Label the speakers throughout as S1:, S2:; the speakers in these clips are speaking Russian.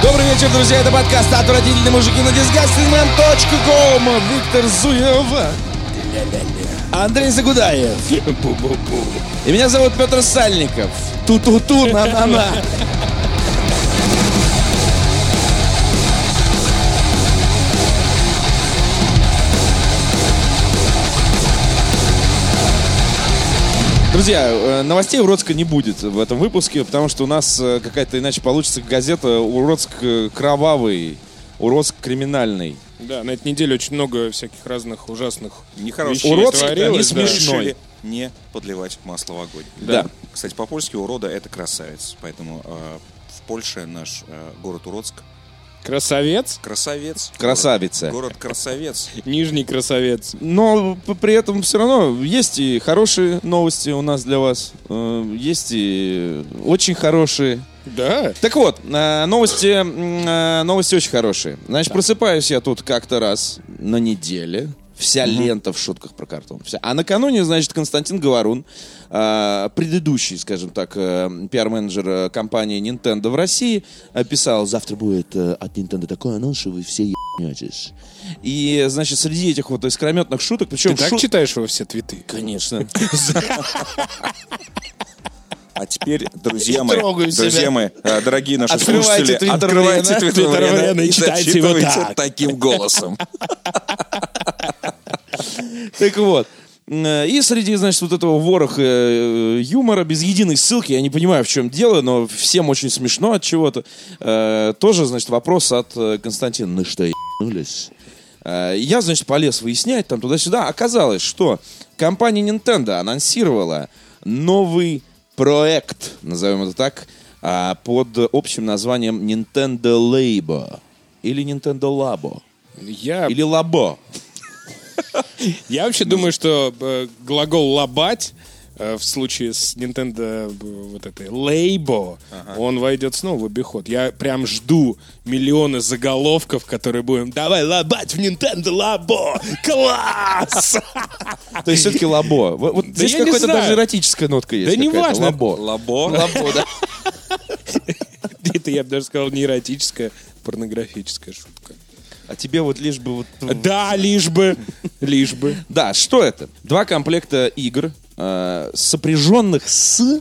S1: вечер, друзья. Это подкаст «Отвратительные мужики» на disgustingman.com. Виктор Зуев. Андрей Загудаев. И меня зовут Петр Сальников. Ту-ту-ту, на-на-на. Друзья, э, новостей Уродска не будет в этом выпуске, потому что у нас э, какая-то иначе получится газета «Уродск э, кровавый», «Уродск криминальный».
S2: Да, на этой неделе очень много всяких разных ужасных
S3: Нехороший.
S2: вещей
S1: Уродский,
S2: творилось.
S1: не
S2: да.
S1: смешно.
S3: Решили не подливать масло в огонь.
S1: Да.
S3: Кстати, по-польски урода это красавец. Поэтому э, в Польше наш э, город Уродск
S2: Красавец,
S3: красавец.
S1: Красавица.
S3: Город, город красавец.
S2: нижний красавец.
S1: Но п- при этом все равно есть и хорошие новости у нас для вас, э, есть и очень хорошие.
S2: Да.
S1: Так вот, э, новости, м, э, новости очень хорошие. Значит, просыпаюсь я тут как-то раз на неделе. Вся лента в шутках про картон. Вся. А накануне, значит, Константин Говорун, э, предыдущий, скажем так, э, пиар-менеджер э, компании Nintendo в России, э, писал, завтра будет э, от Nintendo такой анонс, что вы все ебнетесь. И, значит, среди этих вот искрометных шуток, причем
S2: Ты так
S1: шу-
S2: читаешь его все твиты?
S1: Конечно.
S3: А теперь, друзья
S1: Не
S3: мои,
S1: трогаю себя.
S3: друзья мои, э, дорогие наши
S1: Открывайте
S3: слушатели,
S1: Twitter
S3: открывайте
S1: Лена,
S3: Twitter
S2: Twitter
S3: Лена
S2: Лена и
S3: и
S2: читайте
S3: зачитывайте
S2: вот так.
S3: таким голосом.
S1: Так вот. Э, И среди, значит, вот этого вороха э, юмора, без единой ссылки, я не понимаю, в чем дело, но всем очень смешно от чего-то. Э, Тоже, значит, вопрос от э, Константина. Ну что, ебнулись? Э, Я, значит, полез выяснять там туда-сюда. Оказалось, что компания Nintendo анонсировала новый проект, назовем это так, а, под общим названием Nintendo Labo. Или Nintendo Labo.
S2: Я,
S1: Или Labo.
S2: я вообще думаю, что э, глагол «лобать» э, в случае с Nintendo э, вот этой лейбо, он войдет снова в обиход. Я прям жду миллионы заголовков, которые будем «Давай лобать в Nintendo Лабо! Класс!»
S1: То есть все-таки лабо. Вот, вот здесь
S2: я не
S1: какая-то
S2: знаю.
S1: даже эротическая нотка есть.
S2: Да не
S1: какая-то.
S2: важно.
S1: Лабо.
S3: Лабо.
S1: Лабо, да.
S2: Это, я бы даже сказал, не эротическая, а порнографическая шутка.
S1: А тебе вот лишь бы вот...
S2: Да, лишь бы, лишь бы.
S1: Да, что это? Два комплекта игр, э, сопряженных с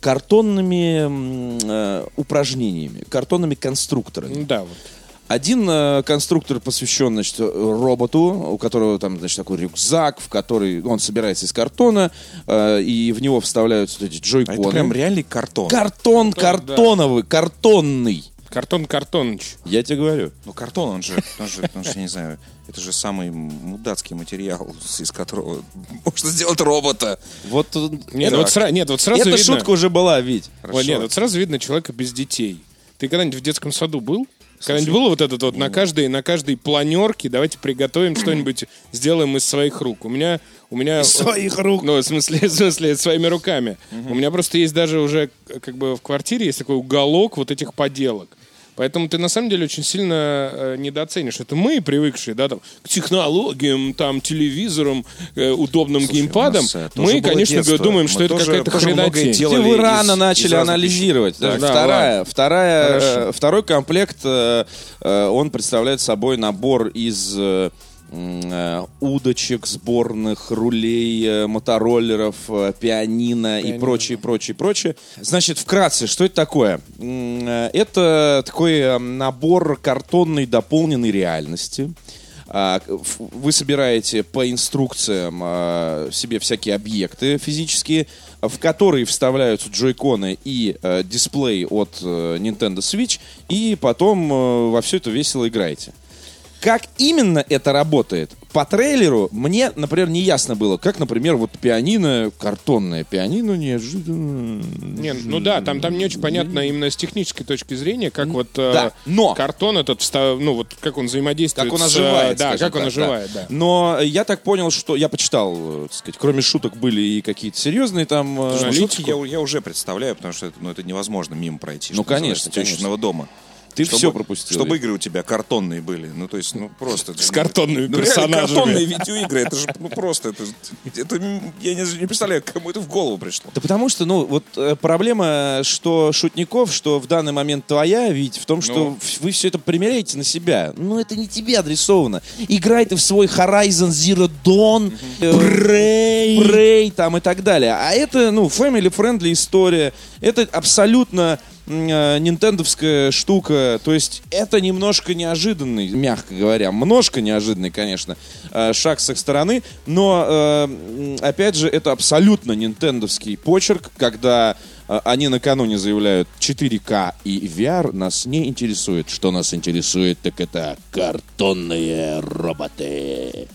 S1: картонными м, э, упражнениями, картонными конструкторами.
S2: Ну Да, вот.
S1: Один э, конструктор посвящен, значит, роботу, у которого там, значит, такой рюкзак, в который он собирается из картона, э, и в него вставляются вот эти
S3: А
S1: джойконы.
S3: это прям реальный картон.
S1: Картон,
S2: Картон, да.
S1: картоновый, картонный.
S2: Картон Картоныч.
S1: Я тебе говорю.
S3: Ну, картон, он же, он же, он же, я не знаю, это же самый мудацкий материал, из которого можно сделать робота.
S1: Вот э,
S2: Нет,
S1: это-
S2: вот, ну, сра- нет, вот сразу
S1: эта
S2: видно...
S1: шутка уже была, Вить.
S2: Ой, нет, вот сразу видно человека без детей. Ты когда-нибудь в детском саду был? Когда-нибудь было вот этот
S3: ну,
S2: вот на каждой, на каждой планерке давайте приготовим что-нибудь, сделаем из своих рук. У меня... У меня
S1: своих рук.
S2: Ну, в смысле, в смысле, своими руками. У меня просто есть даже уже, э, как бы, в квартире есть такой уголок вот этих поделок. Поэтому ты на самом деле очень сильно э, недооценишь. Это мы, привыкшие, да, там, к технологиям, там, телевизорам, э, удобным
S3: Слушай,
S2: геймпадам,
S3: у нас, э, тоже
S2: мы,
S3: было
S2: конечно,
S3: детство.
S2: думаем,
S3: Мы
S2: что это
S3: тоже-
S2: какая-то
S3: тоже многое
S2: хренотень.
S3: делали.
S1: Ты вы
S3: из-
S1: рано
S3: из
S1: начали
S3: разных
S1: анализировать. Даже
S2: Да,
S1: вторая, вторая,
S2: Хорошо.
S1: э, второй комплект, э, э, он представляет собой набор из э, м, э, удочек, сборных, рулей, э, мотороллеров, э, пианино, и прочее, прочее, прочее. Значит, вкратце, что это такое? М, э, Это такой э, набор картонной дополненной реальности. А, к- ф- Вы собираете по инструкциям а, себе всякие объекты физические, в которые вставляются джойконы и э, дисплей от э, Nintendo Switch, и потом э, во все это весело играете. Как именно это работает? По трейлеру мне, например, не ясно было, как, например, вот пианино, картонное пианино, неожиданно...
S2: Не, ну да, там, там не очень понятно именно с технической точки зрения, как вот э,
S1: да, но-
S2: картон этот, вста- ну вот как он взаимодействует.
S1: Как он
S2: с, э,
S1: оживает.
S2: да,
S1: скажем
S2: как он
S1: так,
S2: оживает, да.
S1: Но я так понял, что я почитал, э, так сказать, кроме шуток были и какие-то серьезные там... э,
S3: Ну,
S2: Аналитику.
S3: шутки я, у- я уже представляю, потому что это, ну, это невозможно мимо пройти.
S1: Ну,
S3: что называется,
S1: конечно, конечно.
S3: тёщиного дома.
S1: Ты
S3: Чтобы-
S1: все пропустил.
S3: Чтобы игры у тебя картонные были. Ну, то есть, ну, просто...
S2: С картонными
S3: Ну, реально,
S2: персонажами.
S3: картонные видеоигры. Это же, ну, просто... Это, же- это, м, я не, не представляю, кому это в голову пришло.
S1: Да потому что, ну, вот э, проблема, что шутников, что в данный момент твоя, Вить, в том, что
S3: Ну.
S1: в- вы все это примеряете на себя. Ну, это не тебе адресовано. Играй ты в свой Horizon Zero Dawn, Prey, Prey там и так далее. А это, ну, family-friendly история. Это абсолютно м, э, нинтендовская штука. То есть это немножко неожиданный, мягко говоря, множко неожиданный, конечно, э, шаг с их стороны, но, э, м, опять же, это абсолютно нинтендовский почерк, когда э, они накануне заявляют 4К и VR нас не интересует. Что нас интересует, так это картонные роботы.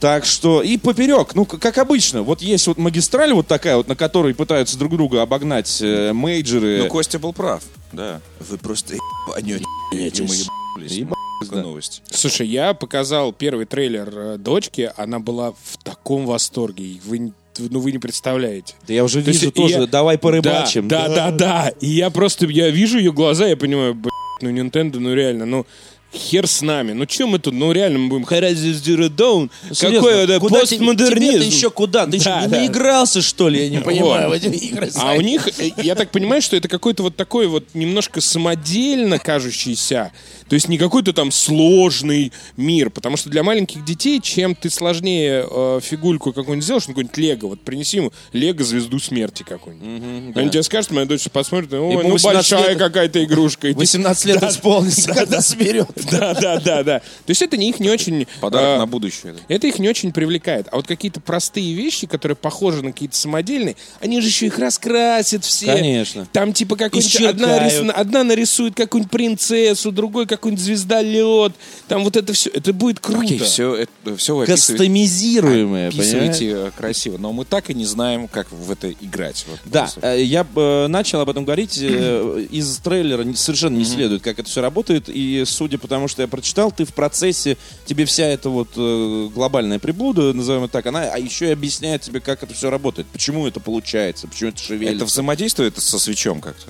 S1: Так что и поперек, ну к- как обычно, вот есть вот магистраль вот такая вот, на которой пытаются друг друга обогнать э, мейджеры.
S3: Ну, Костя был прав. Да. Вы просто ебанете. И мы ебанулись.
S1: Ебанулись,
S3: М,
S1: да.
S3: новость.
S2: Слушай, я показал первый трейлер э, дочке, она была в таком восторге. Вы, не- ну, вы не представляете.
S1: Да я уже
S2: То есть
S1: вижу
S2: я-
S1: тоже, давай порыбачим.
S2: Да, да, да, да. И я просто, я вижу ее глаза, я понимаю, «Блядь, ну Nintendo, ну реально, ну хер с нами. Ну чем мы тут, ну реально мы будем Horizon Zero Dawn?
S1: Серьезно,
S2: Какой это
S1: куда ти- тебе-то
S2: постмодернизм?
S1: еще куда? Ты
S2: Да,
S1: еще не
S2: да.
S1: наигрался, что ли? Я не понимаю в
S2: Вот.
S1: эти игры.
S2: А у них, э, я так понимаю, что это какой-то вот такой вот немножко самодельно кажущийся, то есть не какой-то там сложный мир, потому что для маленьких детей, чем ты сложнее э, фигульку какую-нибудь сделаешь, ну, какой-нибудь Лего, вот принеси ему Лего Звезду Смерти какую-нибудь. Они тебе скажут, моя дочь посмотрит,
S1: Ему
S2: ой, ну
S1: 18
S2: большая
S1: лет.
S2: какая-то игрушка. И ты-
S1: 18 лет исполнится, когда соберет.
S2: Да, да, да, да. То есть это не их не очень...
S3: Подарок
S2: э,
S3: на будущее. да.
S2: это их не очень привлекает. А вот какие-то простые вещи, которые похожи на какие-то самодельные, они же еще их раскрасят все.
S1: Конечно.
S2: Там типа какой-нибудь...
S1: Исчеркают.
S2: Одна, рисуна- одна нарисует какую-нибудь принцессу, другой какой-нибудь звездолет. Там вот это все. Это будет
S1: Ну,
S2: круто.
S3: Окей, все, это, все вы описываете,
S1: Кастомизируемое, понимаете?
S3: описываете, э, красиво. Но мы так и не знаем, как в это играть. Вот,
S1: Да,
S3: просто.
S1: э, я б, э, начал об этом говорить. э, Из трейлера не- совершенно не следует, как это все работает. И судя по тому, что я прочитал, ты в процессе, тебе вся эта вот э, глобальная приблуда, назовем это так, она а еще и объясняет тебе, как это все работает. Почему это получается, почему это
S3: Это
S1: шевелится.
S3: взаимодействует со свечом как-то?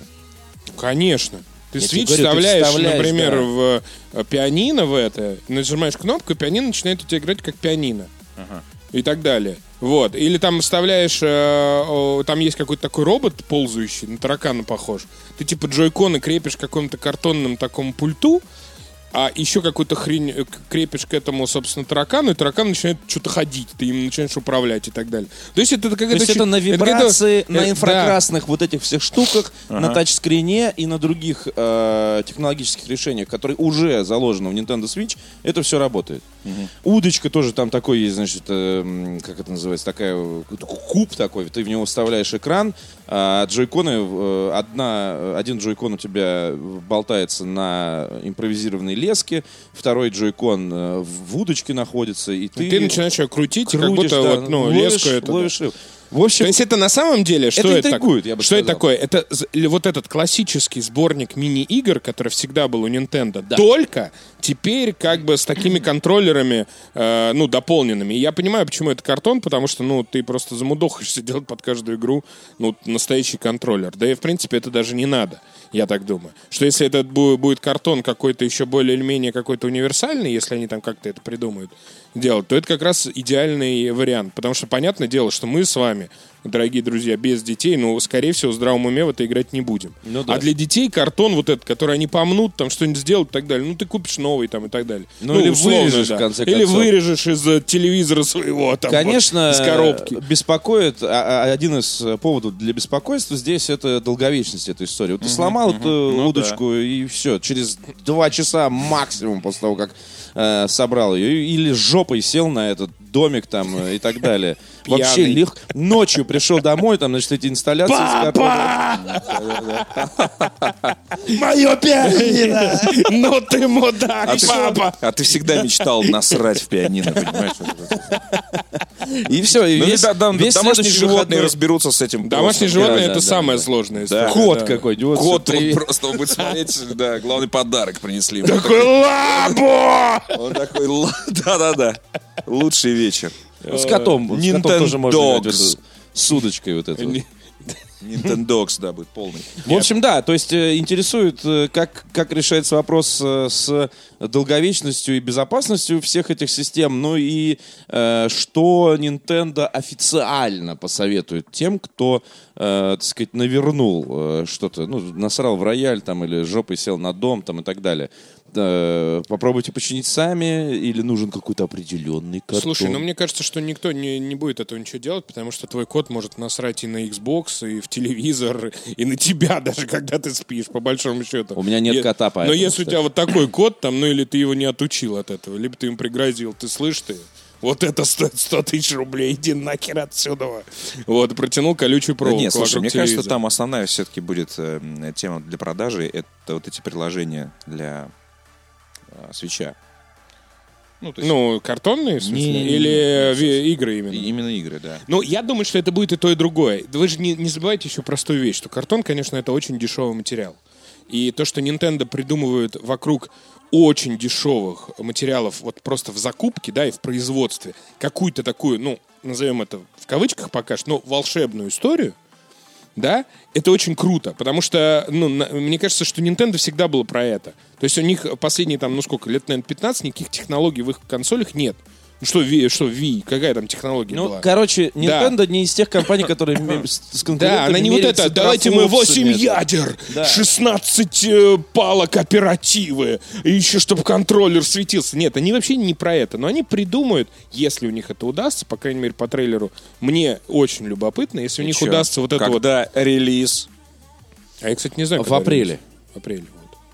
S2: Конечно. Ты
S1: Я тебе
S2: свич
S1: говорю, ты
S2: вставляешь,
S1: вставляешь,
S2: например,
S1: да.
S2: в э, пианино в это, нажимаешь кнопку, и пианино начинает у тебя играть как пианино. И так далее. Вот. Или там вставляешь, э, о, там есть какой-то такой робот ползающий, на таракана похож. Ты типа джойконы крепишь к какому-то картонному такому пульту, а еще какую-то хрень э, к- крепишь к этому, собственно, таракану, и таракан начинает что-то ходить, ты им начинаешь управлять и так далее. То есть
S1: То
S2: это какая-то...
S1: есть это
S2: очень-
S1: на
S2: какая-то-
S1: вибрации,
S2: э,
S1: на
S2: да.
S1: инфракрасных вот этих всех штуках, на тачскрине и на других э, технологических решениях, которые уже заложены в Nintendo Switch, это все работает. Удочка тоже там такой есть, значит, э, м, как это называется, такая э, куб такой, ты в него вставляешь экран, а джойконы, э, одна, э, один джойкон у тебя болтается на импровизированной леске, второй джойкон э, в удочке находится, и ты,
S2: Ты, начинаешь ее крутить, и Ну, как
S1: крутишь,
S2: будто
S1: да,
S2: вот, ну,
S1: ловишь-
S2: леску это... да.
S1: ловишь рыбу. В общем,
S2: То есть это на самом деле, что
S1: Это
S2: это,
S1: интригует,
S2: такое?
S1: я бы
S2: что это
S1: сказал.
S2: такое? Это з- л- вот этот классический сборник мини-игр, который всегда был у Nintendo, только теперь как бы с такими контроллерами, э, ну, дополненными. И я понимаю, почему это картон, потому что, ну, ты просто замудохаешься делать под каждую игру, ну, настоящий контроллер. Да и, в принципе, это даже не надо, я так думаю. Что если это бу- будет картон какой-то еще более или менее какой-то универсальный, если они там как-то это придумают делать, то это как раз идеальный вариант. Потому что, понятное дело, что мы с вами, дорогие друзья, без детей, ну, скорее всего, в здравом уме в это играть не будем.
S1: Ну да.
S2: А для детей картон вот этот, который они помнут, там что-нибудь сделают и так далее, ну, ты купишь новый там и так далее.
S1: Ну, или вырежешь, в конце
S2: Или
S1: концов.
S2: вырежешь из э, телевизора своего, там, вот,
S1: Конечно, э,
S2: из коробки.
S1: беспокоит. а- а- один из э, поводов для беспокойства здесь это долговечность этой истории. Вот ты сломал эту
S3: Ну
S1: удочку и все. Через два часа максимум после того, как э, собрал ее. И- Или жопой сел на этот домик там э, и так далее. Вообще
S2: Пьяный.
S1: лег... Ночью пришел домой, там, значит, эти инсталляции... с которыми-
S2: Мое
S1: э,
S2: пианино! Ну ты
S3: А
S2: мудак,
S3: ты,
S2: папа!
S3: а ты всегда мечтал насрать в пианино, понимаешь?
S1: И все, и
S3: Ну,
S1: весь,
S3: ребят, дам-
S1: весь
S3: домашние
S1: следующий
S3: животные
S1: выходной-
S3: разберутся с этим.
S2: Домашние
S3: просто.
S2: животные
S1: да,
S2: это
S1: да,
S2: самое
S1: да.
S2: сложное.
S3: Да.
S1: Кот какой-нибудь. вот,
S3: Кот, он
S1: привет.
S3: просто он будет смотреть, да, главный подарок принесли. ему.
S2: Такой лабо!
S3: Он такой, «Ла- да-да-да, лучший вечер.
S1: С котом. С котом тоже можно играть, вот
S3: Nintendogs.
S1: эту- С удочкой вот этой. вот.
S3: Nintendox, да, будет полный.
S1: В общем, да, то есть э, интересует, э, как, как решается вопрос э, с долговечностью и безопасностью всех этих систем, ну и э, что Nintendo официально посоветует тем, кто, э, так сказать, навернул э, что-то, ну, насрал в рояль там или жопой сел на дом там и так далее. Э, попробуйте починить сами или нужен какой-то определенный картон.
S2: Слушай, ну мне кажется, что никто не, не будет этого ничего делать, потому что твой код может насрать и на Xbox, и в телевизор, и на тебя даже, когда ты спишь, по большому счету.
S1: У меня нет
S2: Е-
S1: кота, поэтому,
S2: Но если у
S1: кстати.
S2: тебя вот такой код, там, ну или ты его не отучил от этого, либо ты им пригрозил, ты слышь ты, вот это стоит 100 тысяч рублей, иди нахер отсюда. Вот, протянул колючую
S3: Да
S2: проволоку
S3: нет, слушай,
S2: вокруг
S3: мне кажется,
S2: телевизора.
S3: там основная все-таки будет э, м, тема для продажи. Это вот эти приложения для э, свеча. Ну, то есть
S2: Ну, картонные, в смысле?
S3: Не-не-не.
S2: Или ви- игры именно?
S3: именно игры, да.
S2: Ну, я думаю, что это будет и то, и другое. Да Вы же не, не забывайте еще простую вещь, что картон, конечно, это очень дешевый материал. И то, что Nintendo придумывают вокруг очень дешевых материалов, вот просто в закупке, да, и в производстве, какую-то такую, ну, назовем это в кавычках пока что, но волшебную историю, да, это очень круто, потому что, ну, на- мне кажется, что Nintendo всегда было про это. То есть у них последние, там, ну сколько, лет, наверное, 15, никаких технологий в их консолях нет. Ну что, Ви, что Ви, какая там технология
S1: Ну,
S2: была?
S1: короче,
S2: Да.
S1: Nintendo не из тех компаний, которые м- с с конкурентами
S2: Да, она не вот
S1: меряются
S2: это, давайте мы 8
S1: трафлопсами.
S2: ядер,
S1: Да.
S2: 16 э, палок оперативы, и еще чтобы контроллер светился. Нет, они вообще не про это, но они придумают, если у них это удастся, по крайней мере, по трейлеру, мне очень любопытно, если у них
S3: Чё?
S2: удастся вот это вот...
S3: Когда релиз?
S2: А я, кстати, не знаю,
S1: В
S2: когда
S1: апреле.
S2: релиз. В апреле,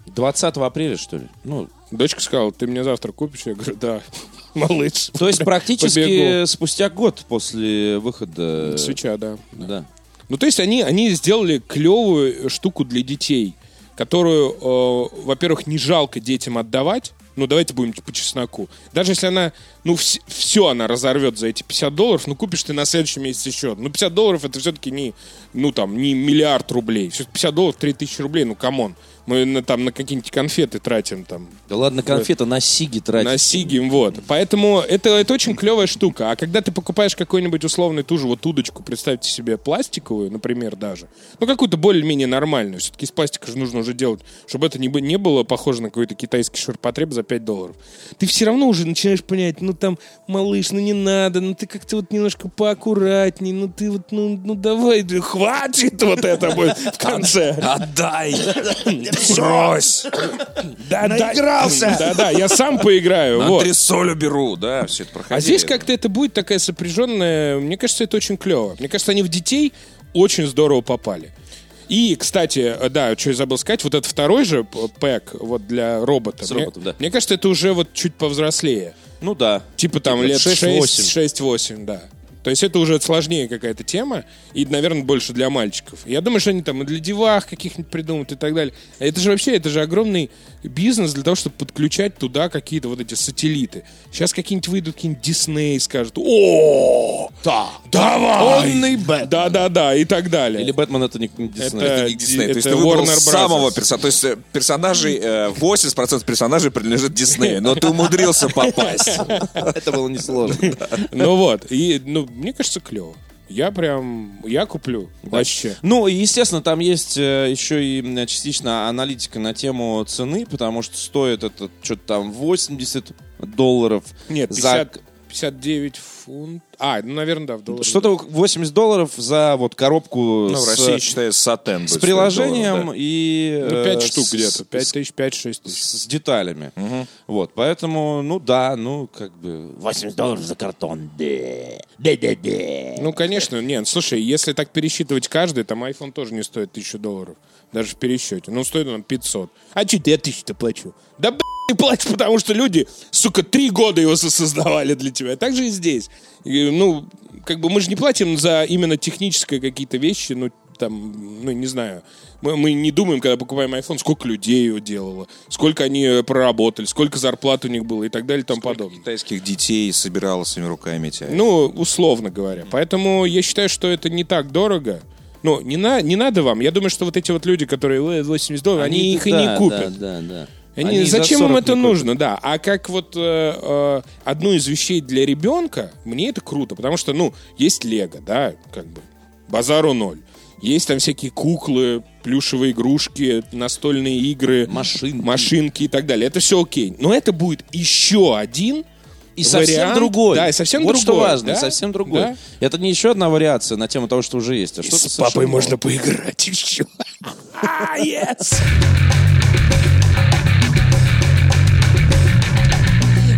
S2: вот.
S1: 20 апреля, что ли? Ну,
S2: Дочка сказала, ты мне завтра купишь? Я говорю, да, малыш.
S1: то есть практически
S2: Побегу.
S1: спустя год после выхода...
S2: Свеча, да.
S1: Да.
S2: Ну, то есть они, они сделали клевую штуку для детей, которую, э, во-первых, не жалко детям отдавать. Ну, давайте будем по чесноку. Даже если она, ну, все она разорвет за эти 50 долларов, ну, купишь ты на следующий месяц еще. одну. Ну, 50 долларов это все-таки не, ну, там, не миллиард рублей. Все-таки 50 долларов, 3000 рублей, ну, камон. Мы на, там на какие-нибудь конфеты тратим, там,
S1: Да ладно, конфета на Сиги тратить.
S2: на Сиги, вот. Поэтому это, это очень клевая штука. А когда ты покупаешь какую-нибудь условную ту же вот удочку, представьте себе, пластиковую, например, даже, ну, какую-то более-менее нормальную, все-таки из пластика же нужно уже делать, чтобы это не, бы- не было похоже на какой-то китайский ширпотреб за 5 долларов. Ты все равно уже начинаешь понять, ну, там, малыш, ну, не надо, ну, ты как-то вот немножко поаккуратней, ну, ты вот, ну, ну давай, да хватит вот это будет в конце.
S3: Отдай!
S2: Брось! Да, Наигрался! Да-да, я сам поиграю.
S3: На
S2: вот.
S3: антресоль уберу, да, все это
S2: А
S3: проходили.
S2: здесь как-то это будет такая сопряженная... Мне кажется, это очень клево. Мне кажется, они в детей очень здорово попали. И, кстати, э, да, что я забыл сказать, вот этот второй же п- пэк вот для робота.
S1: С
S2: мне,
S1: роботом, да.
S2: мне кажется, это уже вот чуть повзрослее.
S1: Ну да.
S2: Типа там
S1: Типа
S2: лет
S1: 6-8.
S2: 6-8, да. То есть это уже сложнее какая-то тема, и, наверное, больше для мальчиков. Я думаю, что они там и для девах каких-нибудь придумают и так далее. А Это же вообще, это же огромный бизнес для того, чтобы подключать туда какие-то вот эти сателлиты. Сейчас какие-нибудь выйдут, какие-нибудь Дисней скажут, о, да, давай,
S1: Онный Бэтмен».
S2: да-да-да, и так далее.
S1: Или Бэтмен это не, не Дисней.
S2: Это-
S3: Это не Дисней. То есть
S2: это
S3: ты выбрал
S2: Warner Brothers.
S3: самого персонажа. То есть э, персонажей, э, 80% персонажей принадлежит Диснею, но ты умудрился попасть.
S1: Это было несложно.
S2: Ну вот, и, ну, мне кажется, клево. Я прям, я куплю, вообще.
S1: Ну, и, естественно, там есть э, еще и м, частично аналитика на тему цены, потому что стоит это что-то там 80 долларов.
S2: Нет,
S1: за
S2: 50, 59 фунт. А, ну, наверное, да, в долларах.
S1: Что-то 80 долларов за вот коробку
S3: Ну, в
S1: с,
S3: России, считай, сатен. будет
S1: с
S3: стоить
S1: приложением
S3: долларов,
S1: и...
S2: Ну,
S1: э,
S2: 5 штук
S1: с-
S2: где-то.
S1: с-
S2: 5 тысяч, 5-6 тысяч.
S1: с деталями. Вот, поэтому, ну да, ну как бы... 80 долларов за картон,
S2: Ну, конечно, нет, слушай, если так пересчитывать каждый, там iPhone тоже не стоит 1000 долларов. Даже в пересчете. Ну, стоит он 500. А че я 1000-то плачу? Да, блин, не плачь, потому что люди, сука, три года его со- создавали для тебя. Так же и здесь. И, ну, как бы мы же не платим за именно технические какие-то вещи, ну, там, ну, не знаю. Мы, мы не думаем, когда покупаем iPhone, сколько людей его делало, сколько они э, проработали, сколько зарплат у них было и так далее и тому
S3: да.
S2: подобное.
S3: Китайских детей собирала своими руками тебя.
S2: Ну, условно говоря. Поэтому я считаю, что это не так дорого. Ну, не, на, не надо вам. Я думаю, что вот эти вот люди, которые «Э, 80 долларов, они, их и не купят.
S1: Да, да,
S2: Они- зачем им это нужно, да? А как вот э, э, одну из вещей для ребенка, мне это круто, потому что, ну, есть Лего, да, как бы, базару ноль. Есть там всякие куклы, плюшевые игрушки, настольные игры,
S1: Машинки.
S2: машинки и так далее. Это все окей. Но это будет еще один
S1: И совсем
S2: вариант.
S1: другой.
S2: Да, и совсем
S1: вот
S2: другой.
S1: что важно,
S2: да?
S1: совсем другой.
S2: Да.
S1: Это не еще одна вариация на тему того, что уже есть, а что
S2: С папой можно поиграть еще. А, yes!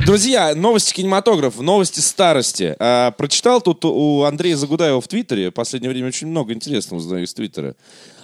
S1: Друзья, новости кинематографа, новости старости. А, прочитал тут у Андрея Загудаева в Твиттере. В последнее время очень много интересного узнаю из Твиттера.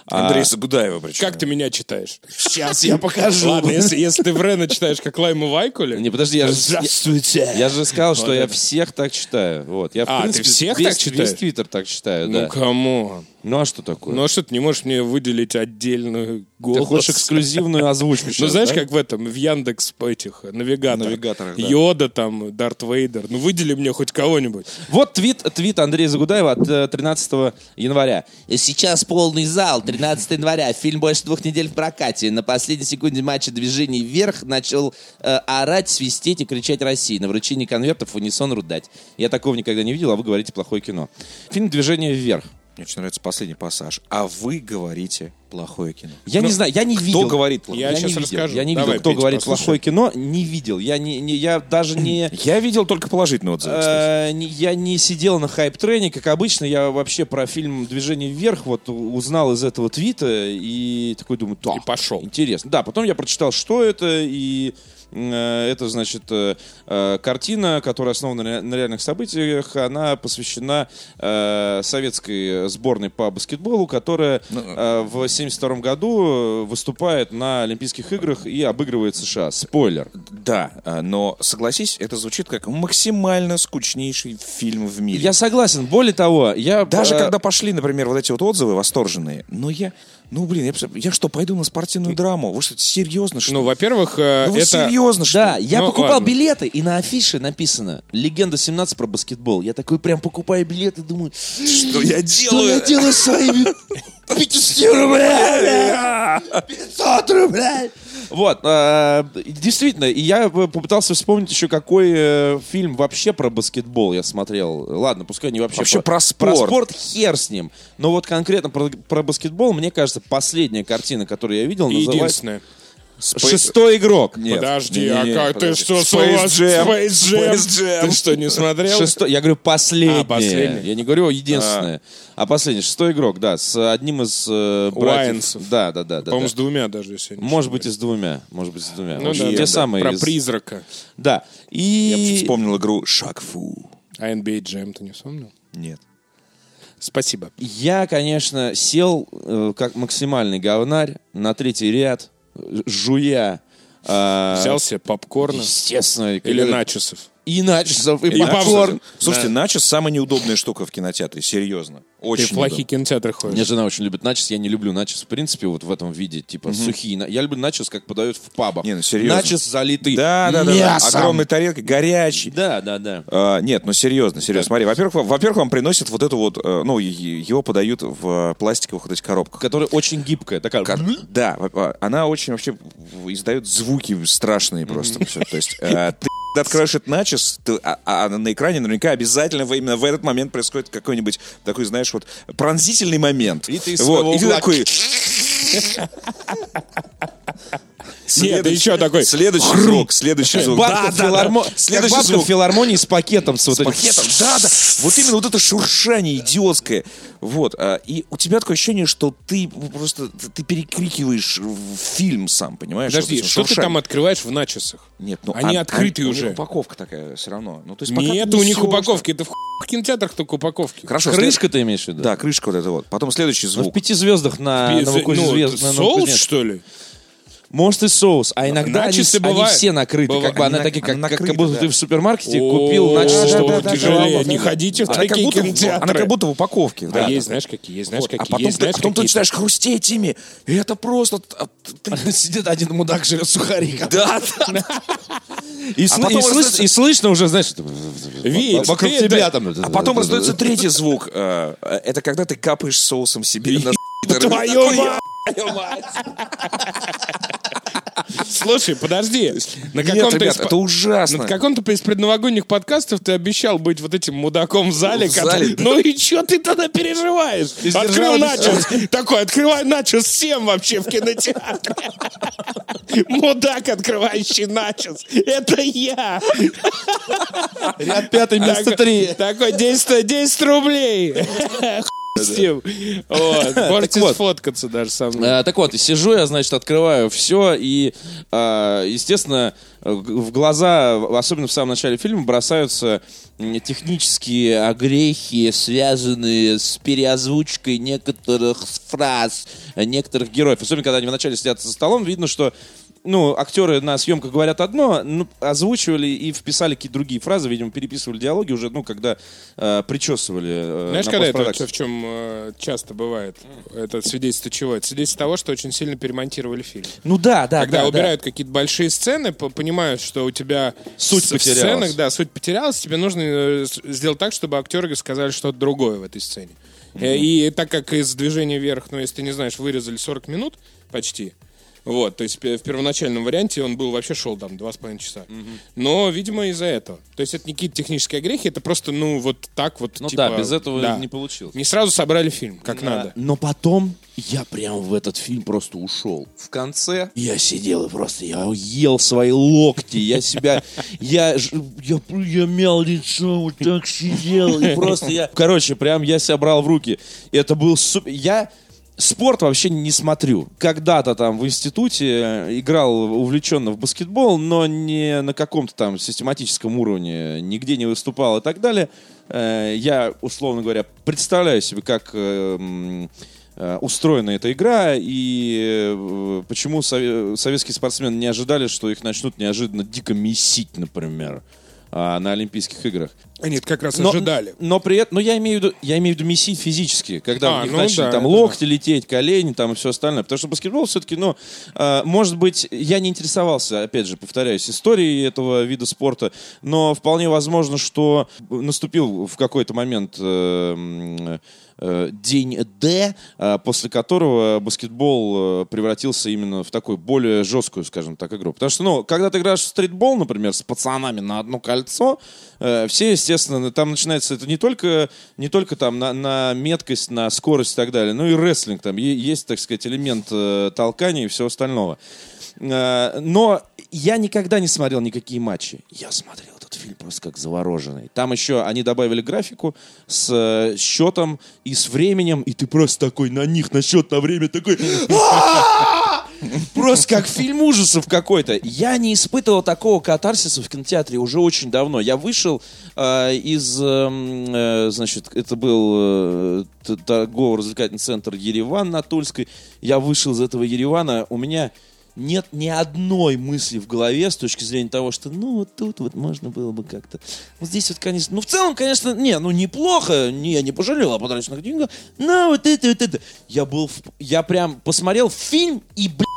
S1: А,
S3: Андрей Загудаева причем.
S2: Как ты меня читаешь?
S1: Сейчас я покажу.
S2: Ладно, если, если ты Врена читаешь, как Лайму Вайкуля...
S1: Не, подожди, я же,
S2: Здравствуйте!
S1: я же сказал, что
S2: Вот
S1: я
S2: это.
S1: всех так читаю. Вот. Я, в
S2: А, ты
S1: принципе,
S2: всех
S1: весь,
S2: так читаешь?
S1: Весь Твиттер так читаю,
S2: Ну,
S1: да.
S2: кому?
S1: Ну а что такое?
S2: Ну, а что ты не можешь мне выделить отдельную голос?
S1: Ты хочешь эксклюзивную озвучку
S2: Ну,
S1: сейчас,
S2: знаешь,
S1: да?
S2: как в этом, в Яндекс этих навигаторах.
S3: Навигаторах, да.
S2: Йода там, Дарт Вейдер. Ну, выдели мне хоть кого-нибудь.
S1: Вот твит, твит Андрея Загудаева от э, 13 января. Сейчас полный зал, 13 января. Фильм больше двух недель в прокате. На последней секунде матча движений вверх начал э, орать, свистеть и кричать России. На вручении конвертов в унисон рудать. Я такого никогда не видел, а вы говорите плохое кино. Фильм «Движение вверх».
S3: Мне очень нравится последний пассаж. А вы говорите плохое кино.
S1: Я не знаю, я не видел.
S3: Кто говорит плохое?
S2: Я
S1: не
S2: щас
S1: видел.
S2: расскажу.
S1: Я не
S2: Давай,
S1: видел, кто
S2: Петя,
S1: говорит
S2: послушай.
S1: плохое кино, не видел. Я, не, не- я даже не...
S3: Я видел только положительные отзывы, кстати.
S1: Э, не- Я не сидел на хайп-трене, как обычно. Я вообще про фильм «Движение вверх» вот у- узнал из этого твита и такой думаю, так,
S2: И пошел.
S1: интересно. Да, потом я прочитал, что это, и э, это, значит, э, э, картина, которая основана на ре- на реальных событиях. Она посвящена э, советской сборной по баскетболу, которая э, в 1972 году выступает на Олимпийских играх и обыгрывает США. Спойлер.
S3: Да, э, но согласись, это звучит как максимально скучнейший фильм в мире.
S1: Я согласен. Более того, я...
S3: Даже
S1: э,
S3: когда пошли, например, вот эти вот отзывы восторженные, но я, ну блин, я, пос- я что, пойду на спортивную драму? Вы что, серьезно что? ли?
S2: Ну, во-первых, э,
S3: Ну вы
S2: это...
S3: серьезно что?
S1: Да,
S3: ли?
S1: я
S2: Ну,
S1: покупал
S2: ладно.
S1: билеты, и на афише написано «Легенда 17» про баскетбол. Я такой прям покупаю билеты, думаю,
S3: Что я
S1: что я
S3: делаю?
S1: делаю своими 500 рублями? 500 рублей! Вот, э, действительно, и я э, попытался вспомнить еще, какой э, фильм вообще про баскетбол я смотрел. Ладно, пускай не вообще.
S3: Вообще про
S1: Про
S3: спорт.
S1: спорт хер с ним. Но вот конкретно про, про баскетбол, мне кажется, последняя картина, которую я видел, называется
S2: Единственное.
S1: «Шестой игрок».
S3: Нет,
S2: подожди,
S3: не, не,
S2: а как
S3: подожди.
S2: ты что, с
S3: Space
S2: ума-
S3: Jam.
S2: Space Jam?
S3: Space Jam.
S2: Ты что, не смотрел?
S1: Шестой, я говорю последний.
S2: А, последний.
S1: Я не говорю единственное. А последний, шестой игрок, да, с одним из э, братьев.
S2: Уайнсов.
S1: Да, да, да. да,
S2: По-моему,
S1: да.
S2: с двумя даже, если я не
S1: Может быть, и
S2: ошибаюсь.
S1: с двумя. Может быть, с двумя.
S2: Ну
S1: Вот
S2: да,
S1: те
S2: да.
S1: самые.
S2: Про
S1: из-
S2: призрака.
S1: Да.
S3: Я
S1: И...
S3: вспомнил игру Шакфу.
S2: А NBA Jam ты не вспомнил?
S3: Нет.
S2: Спасибо.
S1: Я, конечно, сел э, как максимальный говнарь на третий ряд, э, жуя.
S3: А,
S1: э,
S2: Взял себе попкорна
S1: Естественно.
S2: или начосов.
S1: И начосов, и,
S2: Или
S1: попкорн.
S2: попкорн.
S3: Слушайте, начос самая неудобная штука в кинотеатре, серьезно.
S2: Ты
S3: Очень
S2: в плохие
S3: неудобно.
S2: кинотеатры
S1: Мне
S2: ходишь.
S1: жена очень любит начос, я не люблю начос в принципе вот в этом виде, типа сухие. на- Я люблю начос, как подают в пабах.
S3: Не, ну, серьезно.
S1: Начос залитый
S3: Да, да, да, да.
S1: мясом.
S3: Огромной тарелкой, горячий.
S1: Да, да, да.
S3: А, нет, ну серьезно, серьезно. Смотри, во-первых, во- во-первых, вам приносят вот эту вот, э, ну, е- е- его подают в э, пластиковых вот этих коробках.
S1: Которая очень гибкая, такая.
S3: Да, во- во- она очень вообще в- издает звуки страшные просто. всё. То есть э, ты когда откроешь этот начес, ты- а, а на экране наверняка обязательно в- именно в этот момент происходит какой-нибудь такой, знаешь, вот пронзительный момент.
S1: И ты из
S3: вот,
S1: своего
S3: и ты
S1: угла-
S3: такой...
S2: Нет, ты
S3: Следующий-
S2: еще такой.
S3: Следующий звук, следующий звук.
S1: Бабка
S3: Да,
S1: в
S3: да, да.
S1: Э, филармо- как
S3: Следующий
S1: бабка
S3: звук.
S1: в филармонии с пакетом. С, вот этим.
S3: пакетом. Да, да. Вот именно вот это шуршание идиотское. Вот. а, И у тебя такое ощущение, что ты просто ты перекрикиваешь в фильм сам, понимаешь?
S2: Подожди,
S3: вот этим
S2: что ты
S3: шуршанием.
S2: там открываешь в начосах?
S3: Нет, ну
S2: Они
S3: а-
S2: открытые
S3: а-
S2: уже.
S3: У них упаковка такая все равно. Ну, то есть пока
S2: Нет,
S3: ты
S2: у
S3: не
S2: них
S3: сёшь,
S2: упаковки. Это в хуй кинотеатрах только упаковки.
S3: там. Хорошо.
S1: Крышка
S3: след-
S1: ты имеешь в виду?
S3: Да, крышка вот эта вот. Потом следующий
S1: Ну, в
S3: звук.
S1: пяти звездах на
S2: Без-
S1: Новокузнецке.
S2: ну,
S1: звезд- на
S2: соус,
S1: Новокузнецке.
S2: что ли?
S1: Может и соус, а иногда они,
S2: Начосы
S1: они
S2: бывают.
S1: все накрыты,
S2: Бывают.
S1: как бы
S3: Они
S1: она
S3: на-
S1: такие, как,
S3: она
S1: как
S3: накрыта,
S1: будто
S3: да.
S1: ты в супермаркете
S2: О,
S1: купил начосы,
S2: что
S1: чтобы а
S2: вы
S1: да, да,
S2: тяжелее.
S1: голова.
S2: Не ходите в
S3: Она как
S2: такие
S3: будто в-
S2: кинотеатры.
S3: Она как будто в упаковке.
S2: А
S3: а да.
S2: есть, знаешь, какие, есть, знаешь,
S3: Вот. А
S2: какие,
S3: потом
S2: есть,
S3: ты
S2: знаешь,
S3: а потом ты
S2: какие.
S3: начинаешь хрустеть ими. И это просто... а, ты-
S1: Сидит один мудак, жрет сухари.
S3: Да, да.
S1: И,
S3: А
S1: сл-
S3: потом
S1: и слышно-
S3: раздается-
S1: и слышно уже, знаешь,
S2: Веет,
S1: вокруг
S2: ты-
S1: тебя
S2: да.
S1: там.
S3: А потом раздается третий звук. э, э, Это когда ты капаешь соусом себе на
S2: Твою мать! Слушай, подожди. На
S3: Нет,
S2: каком-то
S3: ребят,
S2: из-
S3: это ужасно.
S2: На Ну, каком-то из предновогодних подкастов ты обещал быть вот этим мудаком в зале.
S3: В зале.
S2: который- Ну и что ты тогда переживаешь? Открыл начос. Такой, открывай начос всем вообще в кинотеатре. Мудак, открывающий начос. Это я.
S1: Ряд пятый,
S2: Такой- Такой, 10, 10 рублей. Стив. Вот. Можете
S1: вот.
S2: сфоткаться даже со мной.
S1: Э, Так вот, сижу я, значит, открываю все, и, э, естественно, э, г- в глаза, особенно в самом начале фильма, бросаются м, технические огрехи, связанные с переозвучкой некоторых фраз, э, некоторых героев. Особенно, когда они вначале сидят за столом, видно, что ну, актеры на съемках говорят одно, ну, озвучивали и вписали какие-то другие фразы, видимо, переписывали диалоги уже, ну, когда э, причесывали. э,
S2: Знаешь,
S1: на
S2: когда это
S1: постпродакшн.
S2: вообще в чем э, часто бывает? Это свидетельство чего? Это свидетельство того, что очень сильно перемонтировали фильм.
S1: Ну да, да,
S2: Когда
S1: да, да.
S2: убирают какие-то большие сцены, по- понимают, что у тебя
S1: Суть
S2: с- в
S1: потерялась.
S2: сценах, да, суть потерялась, тебе нужно э, с- сделать так, чтобы актеры сказали что-то другое в этой сцене. Э, И так как из движения вверх, ну, если ты не знаешь, вырезали 40 минут почти. Вот, то есть пе- в первоначальном варианте он был вообще шел там два с половиной часа. Но, видимо, из-за этого. То есть это не какие-то технические огрехи, это просто, ну, вот так вот.
S1: Ну
S2: типа,
S1: да, без этого
S2: да.
S1: не получилось.
S2: Не сразу собрали фильм, как надо.
S1: Но потом я прям в этот фильм просто ушел. В конце? Я сидел и просто, я ел свои локти, я себя, я, ж- я, я мял лицо, вот так сидел, и просто я... Короче, прям я себя брал в руки. Это был супер... Я спорт вообще не смотрю. Когда-то там в институте э, играл увлеченно в баскетбол, но не на каком-то там систематическом уровне, нигде не выступал и так далее. Э, Я, условно говоря, представляю себе, как э, м, э, устроена эта игра и э, почему сове- советские спортсмены не ожидали, что их начнут неожиданно дико месить, например, а, на Олимпийских играх.
S2: Они это как раз
S1: Но-
S2: ожидали.
S1: Но при этом, но я имею в виду, я имею в виду месить физически, когда
S2: А,
S1: у них
S2: ну
S1: начали
S2: да,
S1: там
S2: это
S1: локти лететь, колени там и все остальное. Потому что баскетбол все-таки, ну, э, может быть, я не интересовался, опять же, повторяюсь, историей этого вида спорта, но вполне возможно, что наступил в какой-то момент э, м, э, день Д, э, после которого баскетбол э, превратился именно в такую более жесткую, скажем так, игру. Потому что, ну, когда ты играешь в стритбол, например, с пацанами на одно кольцо, э, все, естественно, там начинается это не только, не только там на, на меткость, на скорость и так далее, но и рестлинг, там е- есть, так сказать, элемент э, толкания и всего остального. Э, но я никогда не смотрел никакие матчи. Я смотрел этот фильм просто как завороженный. Там еще они добавили графику с э, счетом и с временем, и ты просто такой на них, на счет, на время такой... «А-а-а!» Просто как фильм ужасов какой-то. Я не испытывал такого катарсиса в кинотеатре уже очень давно. Я вышел э, из, эм, э, значит, это был э, т- торгово-развлекательный центр Ереван на Тульской. Я вышел из этого Еревана, у меня нет ни одной мысли в голове с точки зрения того, что ну вот тут вот можно было бы как-то. Вот здесь вот, конечно, ну в целом, конечно, не, ну неплохо, не, я не пожалел о потраченных деньгах, но вот это, вот это. Я был, в- я прям посмотрел фильм и, блядь,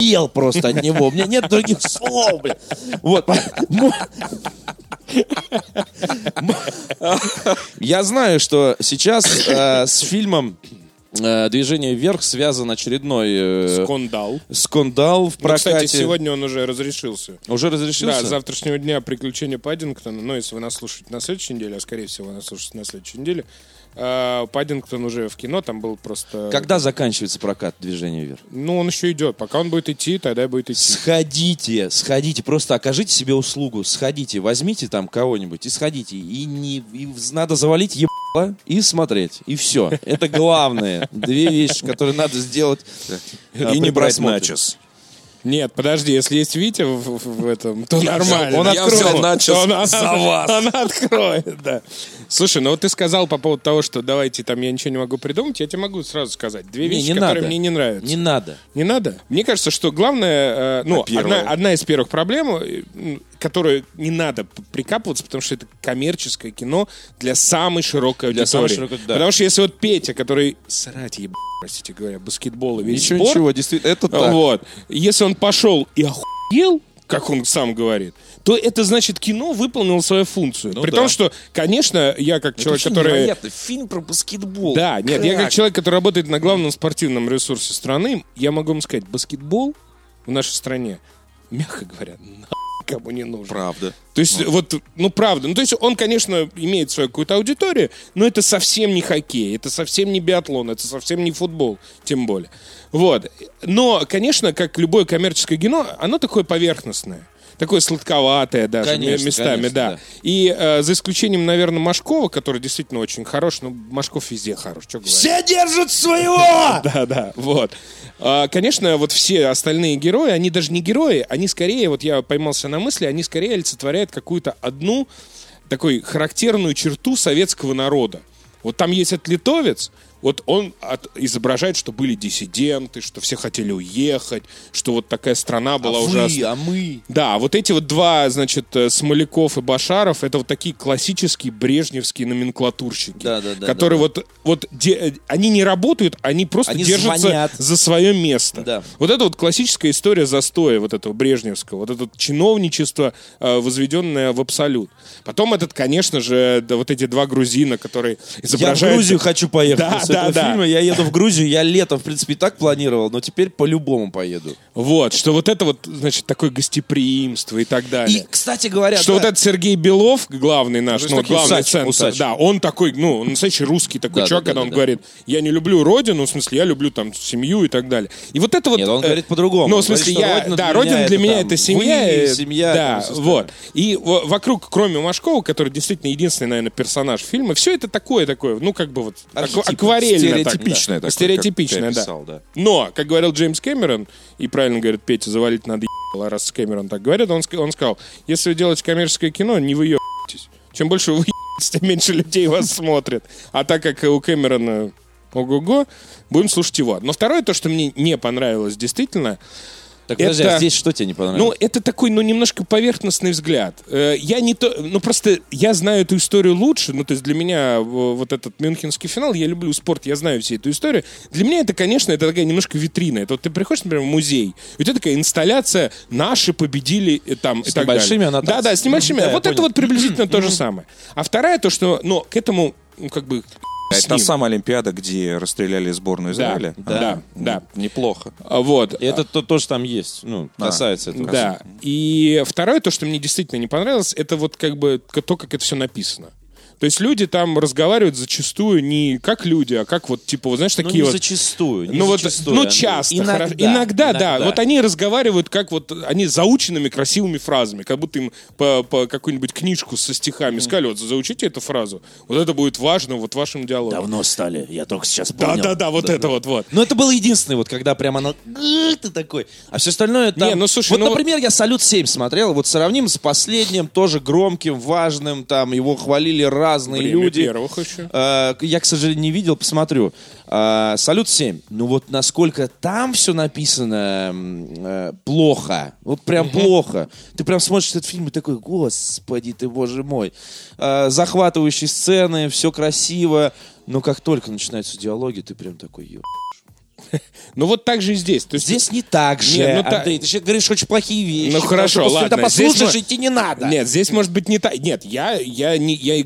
S1: охуел просто от него. У меня нет других слов, блядь. Вот. Мо- Мо- Я знаю, что сейчас э, с фильмом э, «Движение вверх» связан очередной э,
S2: Скандал.
S1: скандал в
S2: Ну,
S1: прокате.
S2: кстати, сегодня он уже разрешился.
S1: Уже разрешился?
S2: Да, с завтрашнего дня приключения Паддингтона. Но если вы нас слушаете на следующей неделе, а скорее всего вы нас слушаете на следующей неделе, э, Паддингтон уже в кино, там был просто...
S1: Когда заканчивается прокат движения вверх?
S2: Ну, он еще идет. Пока он будет идти, тогда будет идти.
S1: Сходите, сходите, просто окажите себе услугу, сходите, возьмите там кого-нибудь и сходите. И, не, и в- надо завалить ебало и смотреть, и все. Это главное. Две вещи, которые надо сделать. А,
S3: И не брать начес.
S2: Нет, подожди, если есть Витя в, в- в этом, то нормально.
S3: взял- он
S2: Я
S3: откроет.
S2: взял начос
S3: Он-
S2: он-
S3: за вас.
S2: Он откроет, да. Слушай, ну вот ты сказал по поводу того, что давайте там я ничего не могу придумать, я тебе могу сразу сказать. Две вещи, которые мне не нравятся.
S1: Не надо.
S2: Не надо. Мне кажется, что главное, э, ну,
S3: первое.
S2: одна, одна из первых проблем, э, м, которую не надо п- прикапываться, потому что это коммерческое кино для самой широкой аудитории.
S1: Для самой широкой, да.
S2: Потому что если вот Петя, который срать еб... простите говоря, баскетбол и весь
S1: Ничего,
S2: спорт,
S1: ничего, действительно, это так.
S2: вот, если он пошел и охуел, как он сам говорит, то это значит кино выполнило свою функцию. При
S1: Ну да.
S2: том, что, конечно, я как человек,
S3: Вообще
S2: который...
S3: невероятно. Фильм про баскетбол.
S2: Да, нет, я
S3: Как?
S2: как человек, который работает на главном спортивном ресурсе страны, я могу вам сказать, баскетбол в нашей стране, мягко говоря, на кому не нужен.
S3: Правда.
S2: То есть, вот, ну правда. Ну, то есть, он, конечно, имеет свою какую-то аудиторию, но это совсем не хоккей, это совсем не биатлон, это совсем не футбол, тем более. Вот. Но, конечно, как любое коммерческое кино, оно такое поверхностное. Такое сладковатое даже
S1: Конечно,
S2: местами,
S1: конечно,
S2: да.
S1: да.
S2: И э, за исключением, наверное, Машкова, который действительно очень хорош, ну, Машков везде хорош, что говорить.
S3: Все держат своего!
S2: Да, да, вот. А, Конечно, вот все остальные герои, они даже не герои, они скорее, вот я поймался на мысли, они скорее олицетворяют какую-то одну такой характерную черту советского народа. Вот там есть этот литовец, вот он от- изображает, что были диссиденты, что все хотели уехать, что вот такая страна была
S1: а
S2: ужасная.
S1: вы, а мы.
S2: Да, вот эти вот два, значит, э, Смоляков и Башаров, это вот такие классические брежневские номенклатурщики.
S1: Да, да, да,
S2: Которые вот, вот де- э, они не работают, они просто
S1: Они
S2: держатся
S1: звонят.
S2: за свое место.
S1: Да.
S2: Вот это вот классическая история застоя вот этого брежневского, вот это вот чиновничество, э, возведенное в абсолют. Потом этот, конечно же, да, вот эти два грузина, которые
S1: Я в
S2: изображают...
S1: Грузию хочу поехать
S2: Да,
S1: после
S2: да,
S1: этого
S2: да.
S1: фильма. Я еду в Грузию. Я летом, в принципе, и так планировал, но теперь по-любому поеду.
S2: Вот, что вот это вот, значит, такое гостеприимство и так далее.
S1: И, кстати говоря, да,
S2: Что вот этот Сергей Белов, главный наш,
S1: есть
S2: ну,
S1: такой
S2: главный
S1: усач,
S2: центр,
S1: усач.
S2: да, он такой, ну, он настоящий русский такой
S1: Да,
S2: человек,
S1: да, да,
S2: когда
S1: да,
S2: он
S1: да.
S2: говорит, я не люблю родину, в смысле, я люблю там семью и так далее. И вот это вот...
S1: Нет, он
S2: э,
S1: говорит по-другому.
S2: Ну, в
S1: Он говорит,
S2: смысле,
S1: что
S2: я...
S1: родина
S2: да,
S1: для
S2: родина
S1: меня
S2: для
S1: это
S2: меня
S1: там
S2: это семья.
S1: вы,
S2: э,
S1: семья, там,
S2: Да,
S1: сестра.
S2: вот. И в- вокруг, кроме Машкова, который действительно единственный, наверное, персонаж фильма, все это такое, такое, ну, как бы вот аква-
S1: Архетипно,
S2: акварельное. так,
S3: стереотипичное
S2: да.
S3: такое, как ты
S2: Стереотипичное, да.
S3: описал, да.
S2: Но, как говорил Джеймс Кэмерон, и правильно говорит Петя, завалить надо ебало, раз Кэмерон так говорит, он, ск- он сказал, если вы делаете коммерческое кино, не вы Чем больше вы ебетесь, тем меньше людей вас смотрит. А так как у Кэмерона ого-го, будем слушать его. Но второе, то, что мне не понравилось действительно,
S1: Так, подожди,
S2: это-
S1: а здесь что тебе не понравилось?
S2: ну, это такой, ну, немножко поверхностный взгляд. Э, Я не то... Ну, просто я знаю эту историю лучше. Ну, то есть для меня э, вот этот мюнхенский финал, я люблю спорт, я знаю всю эту историю. Для меня это, конечно, это такая немножко витрина. Это вот ты приходишь, например, в музей, и у тебя такая инсталляция «Наши победили» э, там и так далее.
S1: небольшими аннотациями.
S2: Да-да, с небольшими.
S1: Да, я
S2: вот это
S1: понял.
S2: вот приблизительно то же самое. А вторая то, что, ну, к этому, ну, как бы... с
S3: Это та
S2: ним.
S3: самая Олимпиада, где расстреляли сборную
S2: Да,
S3: Израиля?
S2: да,
S3: А,
S2: да.
S3: н- Неплохо.
S2: А, Вот.
S1: И Это то, то, что там есть. Ну, касается этого.
S2: Да. И второе, то, что мне действительно не понравилось, это вот как бы к- то, как это все написано. То есть люди там разговаривают зачастую не как люди, а как вот, типа, вот знаешь,
S1: Ну,
S2: такие
S1: не
S2: вот...
S1: зачастую. не
S2: ну вот,
S1: зачастую,
S2: ну
S1: Андрей.
S2: часто, хоро- иногда, да. Вот они разговаривают как вот они заученными красивыми фразами, как будто им по, по какую-нибудь книжку со стихами сказали, вот заучите эту фразу, вот это будет важно вот в вашем диалоге.
S4: Давно стали, я только сейчас
S2: да,
S4: понял.
S2: да, да, вот это вот, вот.
S1: Но это было единственное, вот когда прям оно... «Гы», Ты такой. А все остальное там...
S2: Не, ну, слушай,
S1: вот,
S2: ну-
S1: например, я «Салют-7» смотрел, вот сравним с последним, тоже громким, важным, там его хвалили разные
S2: Время
S1: люди.
S2: первых еще.
S1: Э, Я, к сожалению, не видел, посмотрю. Э, «Салют-7». Ну вот насколько там все написано м, э, плохо. Вот прям плохо. Ты прям смотришь этот фильм и такой, господи ты, боже мой. Э, Захватывающие сцены, все красиво. Но как только начинаются диалоги, ты прям такой, ё.
S2: Ну вот так же и здесь. То есть
S1: Здесь не так же,
S2: Не, ну та-
S1: Андрей. Ты сейчас говоришь очень плохие вещи.
S2: Ну хорошо,
S1: Потому что
S2: ладно.
S1: Ты это послушаешь,
S2: Здесь мы-
S1: идти не надо.
S2: Нет, здесь может быть не так. Нет, я, я не, я,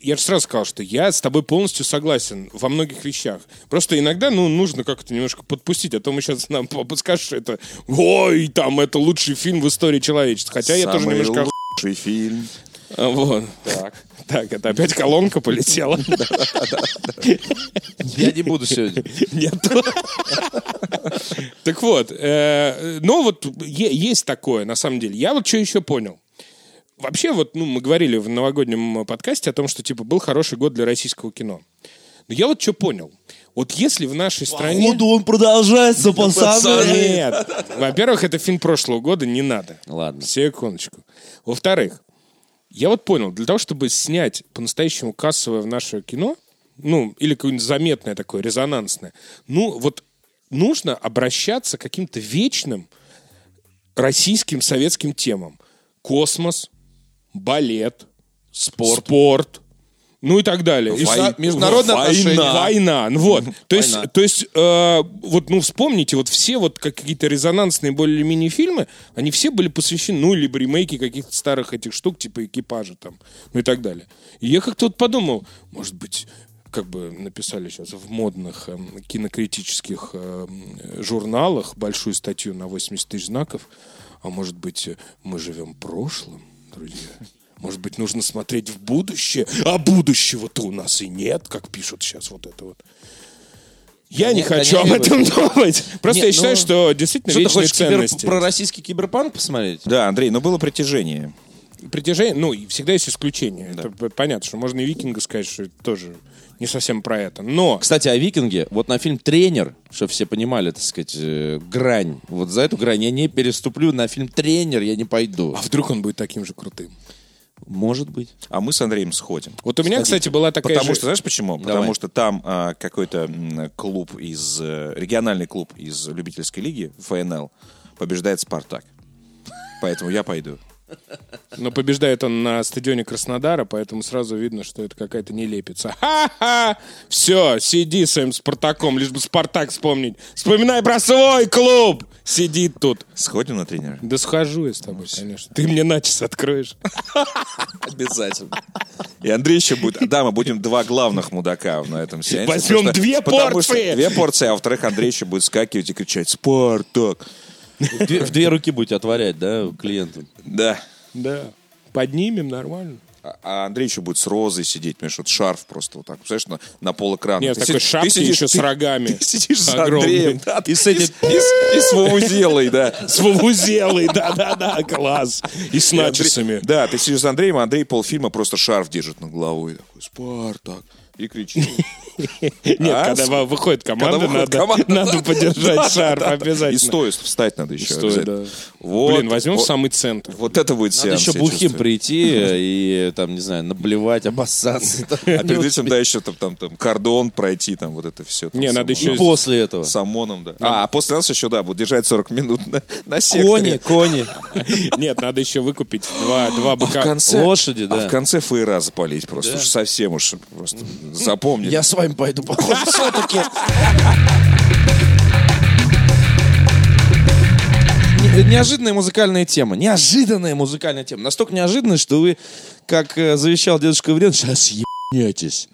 S2: я же сразу сказал, что я с тобой полностью согласен во многих вещах. Просто иногда, ну, нужно как-то немножко подпустить, а то мы сейчас нам подскажешь, что это, ой, там, это лучший фильм в истории человечества. Хотя я тоже
S3: Самый
S2: немножко...
S3: лучший фильм.
S2: А, Вот. Так. Так, это опять колонка полетела.
S1: Я не буду сегодня.
S2: Нет. Так вот, э, ну вот е- есть такое, на самом деле. Я вот что еще понял. Вообще, вот ну, мы говорили в новогоднем подкасте о том, что типа был хороший год для российского кино. Но я вот что понял. Вот если в нашей стране...
S1: он продолжается, пацаны.
S2: Нет. Во-первых, это фильм прошлого года, не надо.
S1: Ладно.
S2: Секундочку. Во-вторых, я вот понял, для того, чтобы снять по-настоящему кассовое в наше кино, ну, или какое-нибудь заметное такое, резонансное, ну, вот нужно обращаться к каким-то вечным российским, советским темам. Космос, балет, спорт, ну и так далее. И
S3: Вой-
S2: сна-
S1: международные
S3: война.
S1: отношения.
S2: Война, ну вот. То есть,
S1: Война.
S2: то есть э, вот, ну, вспомните, вот все вот какие-то резонансные более-менее фильмы, они все были посвящены, ну, либо ремейки каких-то старых этих штук, типа экипажа там, ну и так далее. И я как-то вот подумал, может быть, как бы написали сейчас в модных э, кинокритических э, журналах большую статью на 80 тысяч знаков. А может быть, э, мы живем прошлым, друзья? Может быть, нужно смотреть в будущее, а будущего-то у нас и нет, как пишут сейчас вот это вот. Я не
S1: Конечно,
S2: хочу об
S1: конечно,
S2: этом думать. Просто
S1: Нет,
S2: я считаю,
S1: ну,
S2: что действительно
S1: Что ты
S2: вечные
S1: хочешь кибер-
S2: ценности.
S1: про российский киберпанк посмотреть?
S3: Да, Андрей, но было притяжение.
S2: притяжение, ну, и всегда есть исключения. Это п- понятно, что можно и викинга сказать, что это тоже не совсем про это. Но
S1: Кстати, о викинге. Вот на фильм «Тренер», чтобы все понимали, так сказать, э, грань. Вот за эту грань я не переступлю. На фильм «Тренер» я не пойду.
S2: а вдруг он будет таким же крутым?
S1: Может быть.
S3: А мы с Андреем сходим.
S2: Вот у меня, кстати, была такая
S3: Потому
S2: же-
S3: что, знаешь почему?
S1: Давай.
S3: Потому что там а, какой-то м, клуб из... э, региональный клуб из любительской лиги, ФНЛ, побеждает «Спартак». Поэтому я пойду.
S2: Но побеждает он на стадионе Краснодара, поэтому сразу видно, что это какая-то нелепица. Ха-ха! Все, сиди своим Спартаком, лишь бы Спартак вспомнить. Вспоминай про свой клуб! Сидит тут.
S3: Сходим на тренера?
S2: Да схожу я с тобой, конечно. Ты мне начис откроешь.
S3: Обязательно. И Андрей еще будет... Да, мы будем два главных мудака на этом сеансе.
S2: Возьмем
S3: потому что-
S2: две
S3: потому что
S2: порции.
S3: Две порции, а во-вторых, Андрей еще будет скакивать и кричать «Спартак!»
S1: В две, в две руки будете отворять, да, клиенту?
S3: Да.
S2: Да. Поднимем нормально.
S3: А- А Андрей еще будет с розой сидеть, понимаешь, вот шарф просто вот так, представляешь, на, на пол экрана.
S2: Нет,
S3: Ты
S2: такой
S3: си-
S2: шапки
S3: ты сидишь-
S2: еще с
S3: ты-
S2: рогами.
S3: Ты сидишь с
S2: Огромный.
S3: Андреем, да, ты-
S1: И с этим-
S3: и с- и с вувузелой, да.
S2: С вувузелой, да-да-да, класс. И с начисами.
S3: Да, ты сидишь с Андреем, а Андрей полфильма просто шарф держит над головой. Такой, Спартак. И кричит.
S2: Нет,
S3: А,
S2: когда
S3: ск-
S2: ва- выходит команда,
S3: выходит
S2: надо,
S3: команда,
S2: надо подержать шарф
S3: И
S2: обязательно.
S3: стоя встать надо еще.
S2: Стоя,
S3: обязательно.
S2: да.
S3: Вот,
S2: Блин, возьмем
S3: вот-
S2: самый центр.
S3: Вот это будет
S1: Надо
S3: сеанс.
S1: еще
S3: я
S1: бухим
S3: чувствую.
S1: прийти э, и, там, не знаю, наблевать, обоссаться. Ну,
S3: А перед этим, да, еще там, там, там, кордон пройти, там, вот это все.
S2: Не, надо еще-
S1: И после этого.
S3: С ОМОНом, да. А, а после нас еще, да, будут держать 40 минут на, на
S1: Кони,
S3: секторе.
S1: кони,
S2: Нет, надо еще выкупить два, два
S3: А в
S2: быка.
S3: конце...
S1: лошади,
S3: А
S1: да.
S3: в конце фейра запалить просто. Уж совсем уж просто запомнить.
S1: Я с вами пойду, похоже, все-таки. Неожиданная музыкальная тема. Неожиданная музыкальная тема. Настолько неожиданная, что вы, как э, завещал дедушка Врен, сейчас ебнетесь.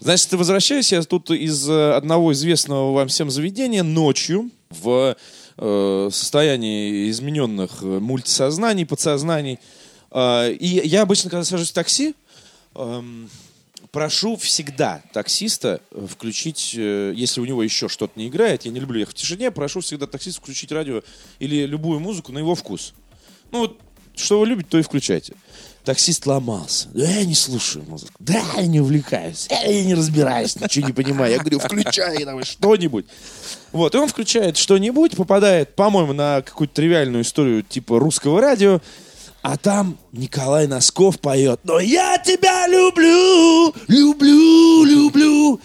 S1: Значит, возвращаюсь я тут из э, одного известного вам всем заведения ночью в э, состоянии измененных э, мультисознаний, подсознаний. Э, и я обычно, когда сажусь в такси, эм, прошу всегда таксиста э, включить, э, если у него еще что-то не играет, я не люблю ехать в тишине, прошу всегда таксиста включить радио или любую музыку на его вкус. Ну вот, что вы любите, то и включайте. Таксист ломался. Да я не слушаю музыку. Да я не увлекаюсь. Да, Я не разбираюсь, ничего не понимаю. Я говорю, включай давай что-нибудь. Вот, и он включает что-нибудь, попадает, по-моему, на какую-то тривиальную историю типа русского радио. А там Николай Носков поет. Но я тебя люблю, люблю, люблю.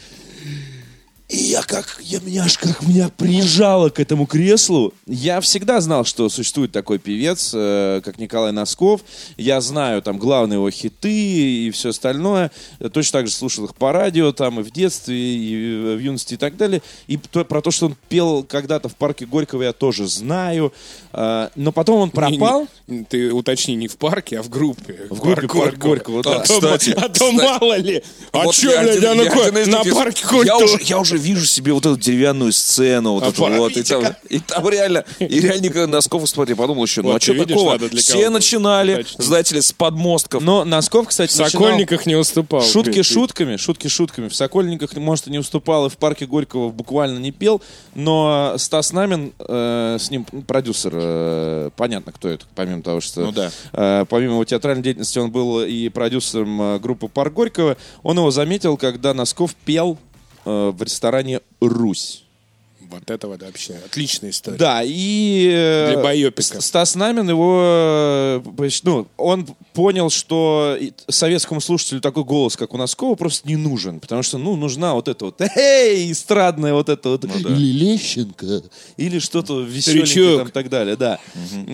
S1: И я как, я меня аж как меня прижало к этому креслу. Я всегда знал, что существует такой певец, э, как Николай Носков. Я знаю там главные его хиты и все остальное. Я точно так же слушал их по радио там и в детстве, и в юности и так далее. И то- про то, что он пел когда-то в парке Горького, я тоже знаю. Э, но потом он
S2: Не- не-
S1: пропал.
S2: ты уточни, не в парке, а в группе. В
S1: группе «Парк Горького», да.
S2: А, то,
S3: Кстати,
S2: а то мало ли. А
S3: Вот
S2: че,
S3: я
S2: блядь,
S3: один-
S2: я на,
S3: я
S2: ко-
S3: один из
S2: на
S3: таких-
S2: парке
S3: я
S2: культуры?
S3: уже, я уже вижу себе вот эту деревянную сцену, вот
S2: А
S3: эту вот, и там, и там реально, и реально Николай Носков смотри, подумал еще, ну
S2: Вот
S3: а что
S2: ты видишь,
S3: такого?
S2: надо для
S3: Все
S2: кого-то
S3: начинали,
S2: уточнить.
S3: знаете ли, с подмостков.
S1: Но Носков, кстати,
S2: В
S1: начинал-
S2: Сокольниках не уступал.
S1: Шутки
S2: Блин, ты-
S1: шутками, шутки шутками. В Сокольниках, может, и не уступал, и в парке Горького буквально не пел, но Стас Намин, э, с ним продюсер, э, понятно, кто это, помимо того, что...
S3: Ну да.
S1: э, помимо его театральной деятельности, он был и продюсером э, группы «Парк Горького». Он его заметил, когда Носков пел э, в ресторане «Русь».
S2: Вот этого да, вообще отличная
S3: Э,
S2: история.
S1: Да, и... э,
S2: Для байопика.
S1: С- Стас Намин его... э, поч- Ну, он понял, что и- советскому слушателю такой голос, как у Носкова, просто не нужен. Потому что, ну, нужна вот эта вот... Эй, эстрадная вот эта вот... Или Лещенко. э, Или что-то веселенькое
S2: Старичок.
S1: там и так далее, да.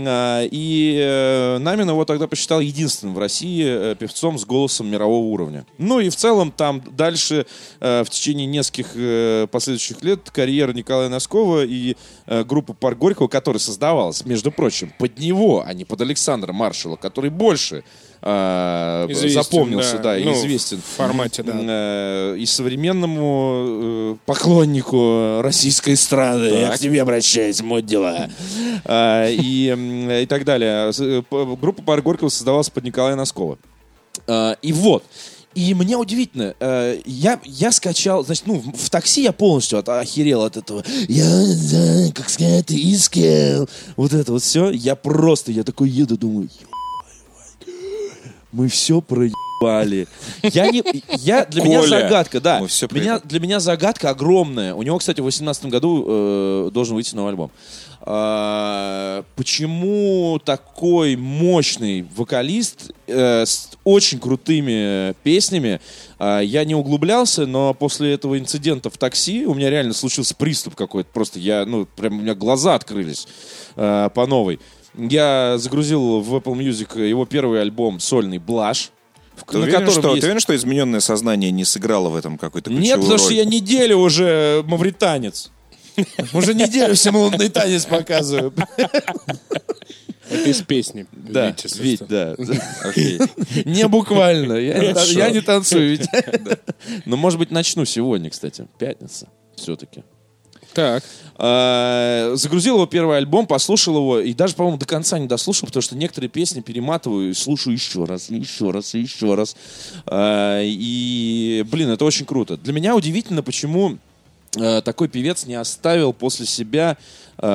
S1: А, И э, Намин его тогда посчитал единственным в России э, певцом с голосом мирового уровня. Ну и в целом там дальше э, в течение нескольких э, последующих лет карьера Николая Николая Носкова и э, группа «Парк Горького», которая создавалась, между прочим, под него, а не под Александра Маршала, который больше э,
S2: Известен,
S1: запомнился,
S2: да.
S1: да, и
S2: Ну,
S1: известен.
S2: в формате, да.
S1: Э, и современному э, поклоннику российской эстрады. Я к тебе обращаюсь, мод дела. Э, и, м, и так далее. С- э, п- Группа «Парк Горького» создавалась под Николая Носкова. Э, И вот. И мне удивительно, э, я, я скачал, значит, ну, в в такси я полностью от, охерел от этого. Я, не знаю, как сказать, искал. Вот это вот все. Я просто, я такой еду, думаю, мы все проебали. Я не, я, для меня
S3: Коля,
S1: загадка, да.
S3: мы всё
S1: меня, для меня загадка огромная. У него, кстати, в 2018 году э, должен выйти новый альбом. А, почему такой мощный вокалист э, с очень крутыми песнями? А, я не углублялся, но после этого инцидента в такси у меня реально случился приступ какой-то. Просто я, ну, прям у меня глаза открылись э, по новой. Я загрузил в Apple Music его первый альбом сольный «Блаш», в-
S3: Ты
S1: на
S3: уверен,
S1: котором
S3: что,
S1: есть-
S3: ты уверен, что измененное сознание не сыграло в этом какой-то ключевую
S1: Нет, потому что
S3: роль?
S1: я неделю уже мавританец. Уже неделю всем лунный танец показываю.
S2: Это из песни.
S1: Да,
S2: Витя,
S1: Вить,
S2: собственно.
S1: да.
S3: Окей.
S1: Не буквально. Я не тан- я не танцую, Вить. Но, Ну, может быть, начну сегодня, кстати. Пятница все-таки.
S2: Так.
S1: Э, Загрузил его первый альбом, послушал его и даже, по-моему, до конца не дослушал, потому что некоторые песни перематываю и слушаю еще раз, и еще раз, и еще раз. Э, И, блин, это очень круто. Для меня удивительно, почему э, такой певец не оставил после себя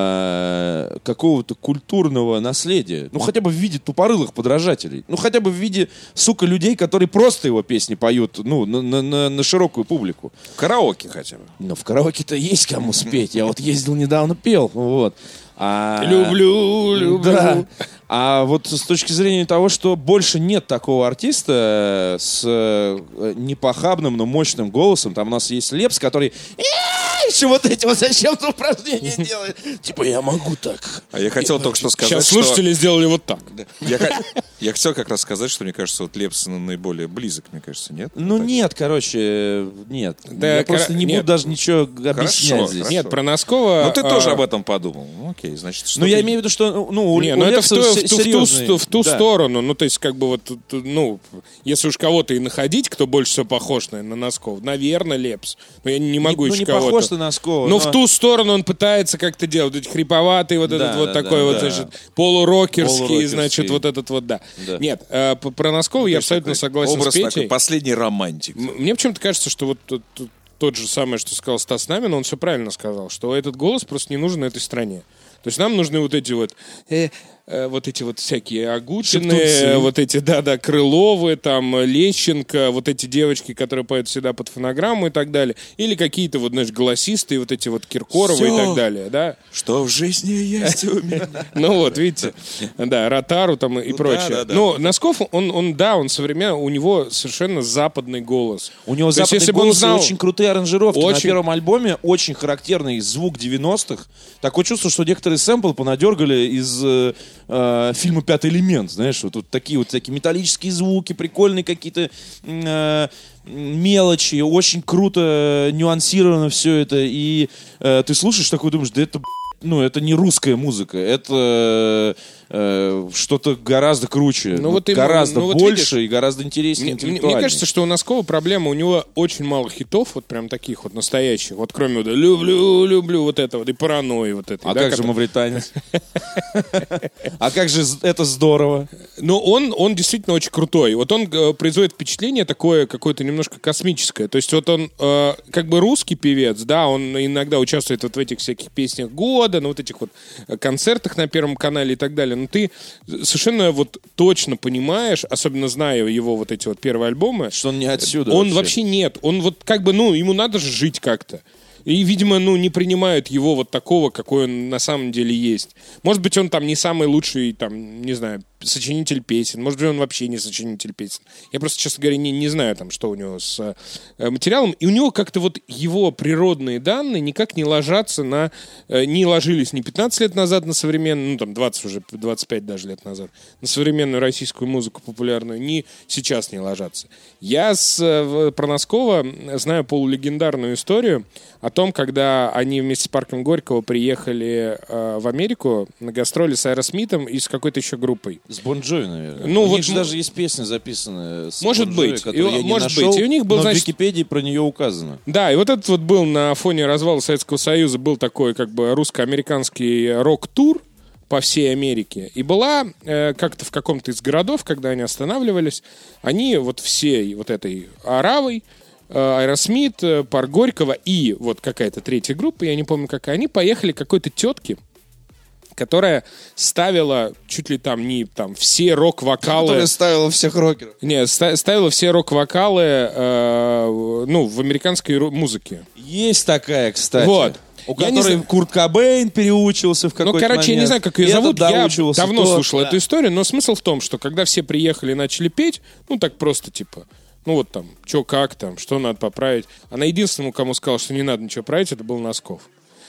S1: э, какого-то культурного наследия. Ну, хотя бы в виде тупорылых подражателей. Ну, хотя бы в виде, сука, людей, которые просто его песни поют, ну, на- на- на на широкую публику.
S3: Караоке хотя бы.
S1: Но Ну, в караоке-то есть кому спеть. Я вот ездил недавно, пел. Вот. А-
S2: Люблю, люблю.
S1: Да. А вот с точки зрения того, что больше нет такого артиста с э, непохабным, но мощным голосом. Там у нас есть Лепс, который еще вот эти вот зачем-то упражнения делает. Типа, я могу так.
S3: А я хотел только что сказать,
S2: Сейчас
S3: что...
S2: слушатели сделали вот так.
S3: Я, хо- я хотел как раз сказать, что, мне кажется, вот Лепс ну, наиболее близок, мне кажется, нет?
S1: Ну
S3: Так.
S1: нет, короче, нет.
S2: Да,
S1: я просто
S2: кара-
S1: не
S2: нет.
S1: буду даже ничего объяснять
S3: Хорошо,
S1: здесь.
S3: хорошо.
S2: Нет, про Носкова...
S3: Ну ты
S2: а,
S3: тоже об этом подумал. Ну окей, значит, что
S1: Ну я
S3: ты-
S1: имею в виду, что ну, у,
S2: Не,
S1: у
S2: ну это в
S1: Лепса
S2: ту, в
S1: се-
S2: ту- в ту
S1: серьезные-
S2: ст- в ту
S1: Да.
S2: сторону. Ну, то есть, как бы вот, тут, ну, если уж кого-то и находить, кто больше всего похож на, на Носков, наверное, Лепс. Но я не могу
S1: ну,
S2: еще
S1: не
S2: кого-то.
S1: похож на Носкова,
S2: Но,
S1: но-
S2: в ту сторону он пытается как-то делать. Вот эти хриповатый, вот этот
S1: Да,
S2: вот
S1: да,
S2: такой
S1: да,
S2: вот,
S1: да.
S2: значит, полурокерский,
S1: Полурокерский.
S2: значит, вот этот вот, да.
S1: Да. Ну,
S2: Нет, э, п- про Носкова я абсолютно
S3: Такой
S2: согласен с
S3: Образ
S2: Петей.
S3: такой, последний романтик.
S2: М- Мне почему-то кажется, что вот тот, тот- тот же самое, что сказал Стас Намин, он все правильно сказал, что этот голос просто не нужен этой стране. То есть нам нужны вот эти вот, э, э, вот эти вот всякие Агутины,
S1: Шептунцы.
S2: э, вот эти, да-да, Крыловы, там, э, Лещенко, вот эти девочки, которые поют всегда под фонограмму и так далее. Или какие-то вот, знаешь, голосистые, вот эти вот Киркоровы и
S3: Всё.
S2: так далее, да?
S3: Что в жизни есть у меня?
S2: Ну вот, видите, да, Ротару там
S1: Ну
S2: и прочее.
S3: да, да.
S2: Но Носков, он, он, да, он современный, у него совершенно западный голос.
S1: У него
S2: То есть,
S1: западный
S2: если бы он
S1: голос и
S2: знал-
S1: очень крутые аранжировки. На
S2: Очень.
S1: первом альбоме очень характерный звук 90-х. Такое чувство, что некоторые сэмплы понадергали из э, э, фильма «Пятый элемент». Знаешь, вот тут такие вот всякие металлические звуки, прикольные какие-то м, э, м, мелочи. Очень круто нюансировано все это. И э, ты слушаешь такой, думаешь, да это б***ь, ну, это не русская музыка, это э, что-то гораздо круче,
S2: Ну, вот и-
S1: гораздо
S2: ну, вот
S1: больше и гораздо интереснее.
S2: Мне, мне- мне
S1: интеллектуальнее.
S2: кажется, что у Носкова проблема, у него очень мало хитов, вот прям таких вот настоящих, вот кроме вот «люблю, люблю» вот это вот, и «Паранойи» вот это.
S1: А как же мавританец? А как же з- это здорово?
S2: Но он, он действительно очень крутой. Вот он э, производит впечатление такое какое-то немножко космическое. То есть вот он э, как бы русский певец, да, он иногда участвует вот в этих всяких песнях года, на вот этих вот э, концертах на Первом канале и так далее. Но ты совершенно вот точно понимаешь, особенно зная его вот эти вот первые альбомы,
S1: Что он не отсюда.
S2: Он вообще нет. Он вот как бы, ну, ему надо же жить как-то. И, видимо, ну, не принимают его вот такого, какой он на самом деле есть. Может быть, он там не самый лучший, там, не знаю, сочинитель песен, может быть, он вообще не сочинитель песен. Я просто, честно говоря, не, не знаю, там, что у него с э, материалом. И у него как-то вот его природные данные никак не ложатся на... э, не ложились ни 15 лет назад на современную, ну, там, 20 уже, 25 даже лет назад, на современную российскую музыку популярную, ни сейчас не ложатся. Я с э, в- про Носкова знаю полулегендарную историю о том, когда они вместе с Парком Горького приехали э, в Америку на гастроли с Аэросмитом и с какой-то еще группой.
S1: С Бон Джови, наверное.
S2: Ну,
S1: у
S2: вот
S1: них же
S2: м-
S1: даже есть песня записанная с
S2: Может
S1: Бон Джови,
S2: быть.
S1: которую
S2: И-
S1: я не
S2: может
S1: нашел,
S2: быть. И у них был,
S1: но
S2: значит-
S1: в Википедии про нее указано.
S2: Да, и вот этот вот был на фоне развала Советского Союза, был такой как бы русско-американский рок-тур по всей Америке. И была э, как-то в каком-то из городов, когда они останавливались, они вот всей вот этой аравой, э, Аэросмит, э, Пар Горького и вот какая-то третья группа, я не помню какая, они поехали к какой-то тетке, которая ставила чуть ли там не там все рок-вокалы.
S1: ставила всех рокеров.
S2: Не, ста- ставила все рок-вокалы, э, ну, в американской ру- музыке.
S1: Есть такая, кстати.
S2: Вот.
S1: У
S2: Я не
S1: которой
S2: знаю-
S1: Курт Кобейн переучился в
S2: Ну,
S1: какой-то
S2: короче, я не
S1: момент.
S2: знаю, как ее
S1: Этот
S2: зовут. Я
S1: доучивался,
S2: давно
S1: тот.
S2: слушал
S1: Да.
S2: эту историю, но смысл в том, что когда все приехали и начали петь, ну так просто типа, ну вот там, что как там, что надо поправить. Она единственному, кому сказала, что не надо ничего править, это был Носков.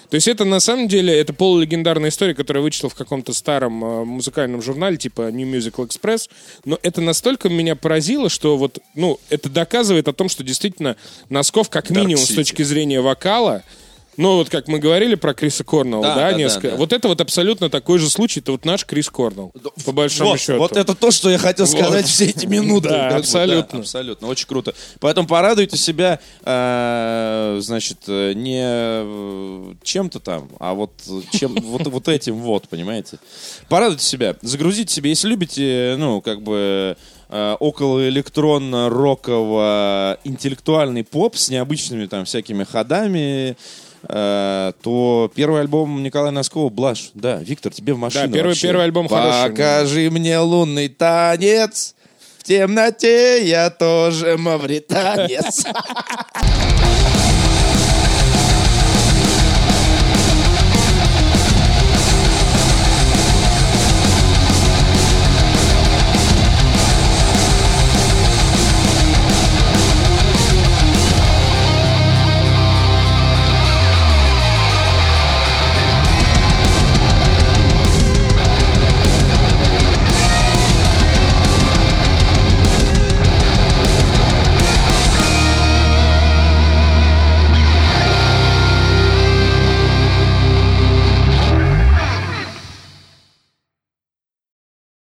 S2: То есть это на самом деле это полулегендарная история, которую я вычитал в каком-то старом э, музыкальном журнале типа New Musical Express. Но это настолько меня поразило, что вот ну это доказывает о том, что действительно Носков как минимум с
S3: City.
S2: точки зрения вокала, ну вот как мы говорили про Криса Корнелла, да,
S1: Да, да, да,
S2: несколько.
S1: да.
S2: Вот это вот абсолютно такой же случай, это вот наш Крис Корнелл, по большому
S1: Вот,
S2: счету.
S1: вот это то, что я хотел
S2: Вот.
S1: сказать все эти минуты.
S2: Да,
S1: Как бы,
S2: абсолютно.
S1: абсолютно, очень круто. Поэтому порадуйте себя, э, значит, э, не э, чем-то там, а вот чем, вот, вот этим вот, понимаете? Порадуйте себя, загрузите себе, если любите, ну, как бы э, около электронно-рокового интеллектуальный поп с необычными там всякими ходами, э, то первый альбом Николая Носкова «Блаш». Да, Виктор, тебе в машину
S2: первый-
S1: вообще.
S2: первый альбом хороший.
S1: Покажи мне лунный танец, в темноте я тоже мавританец.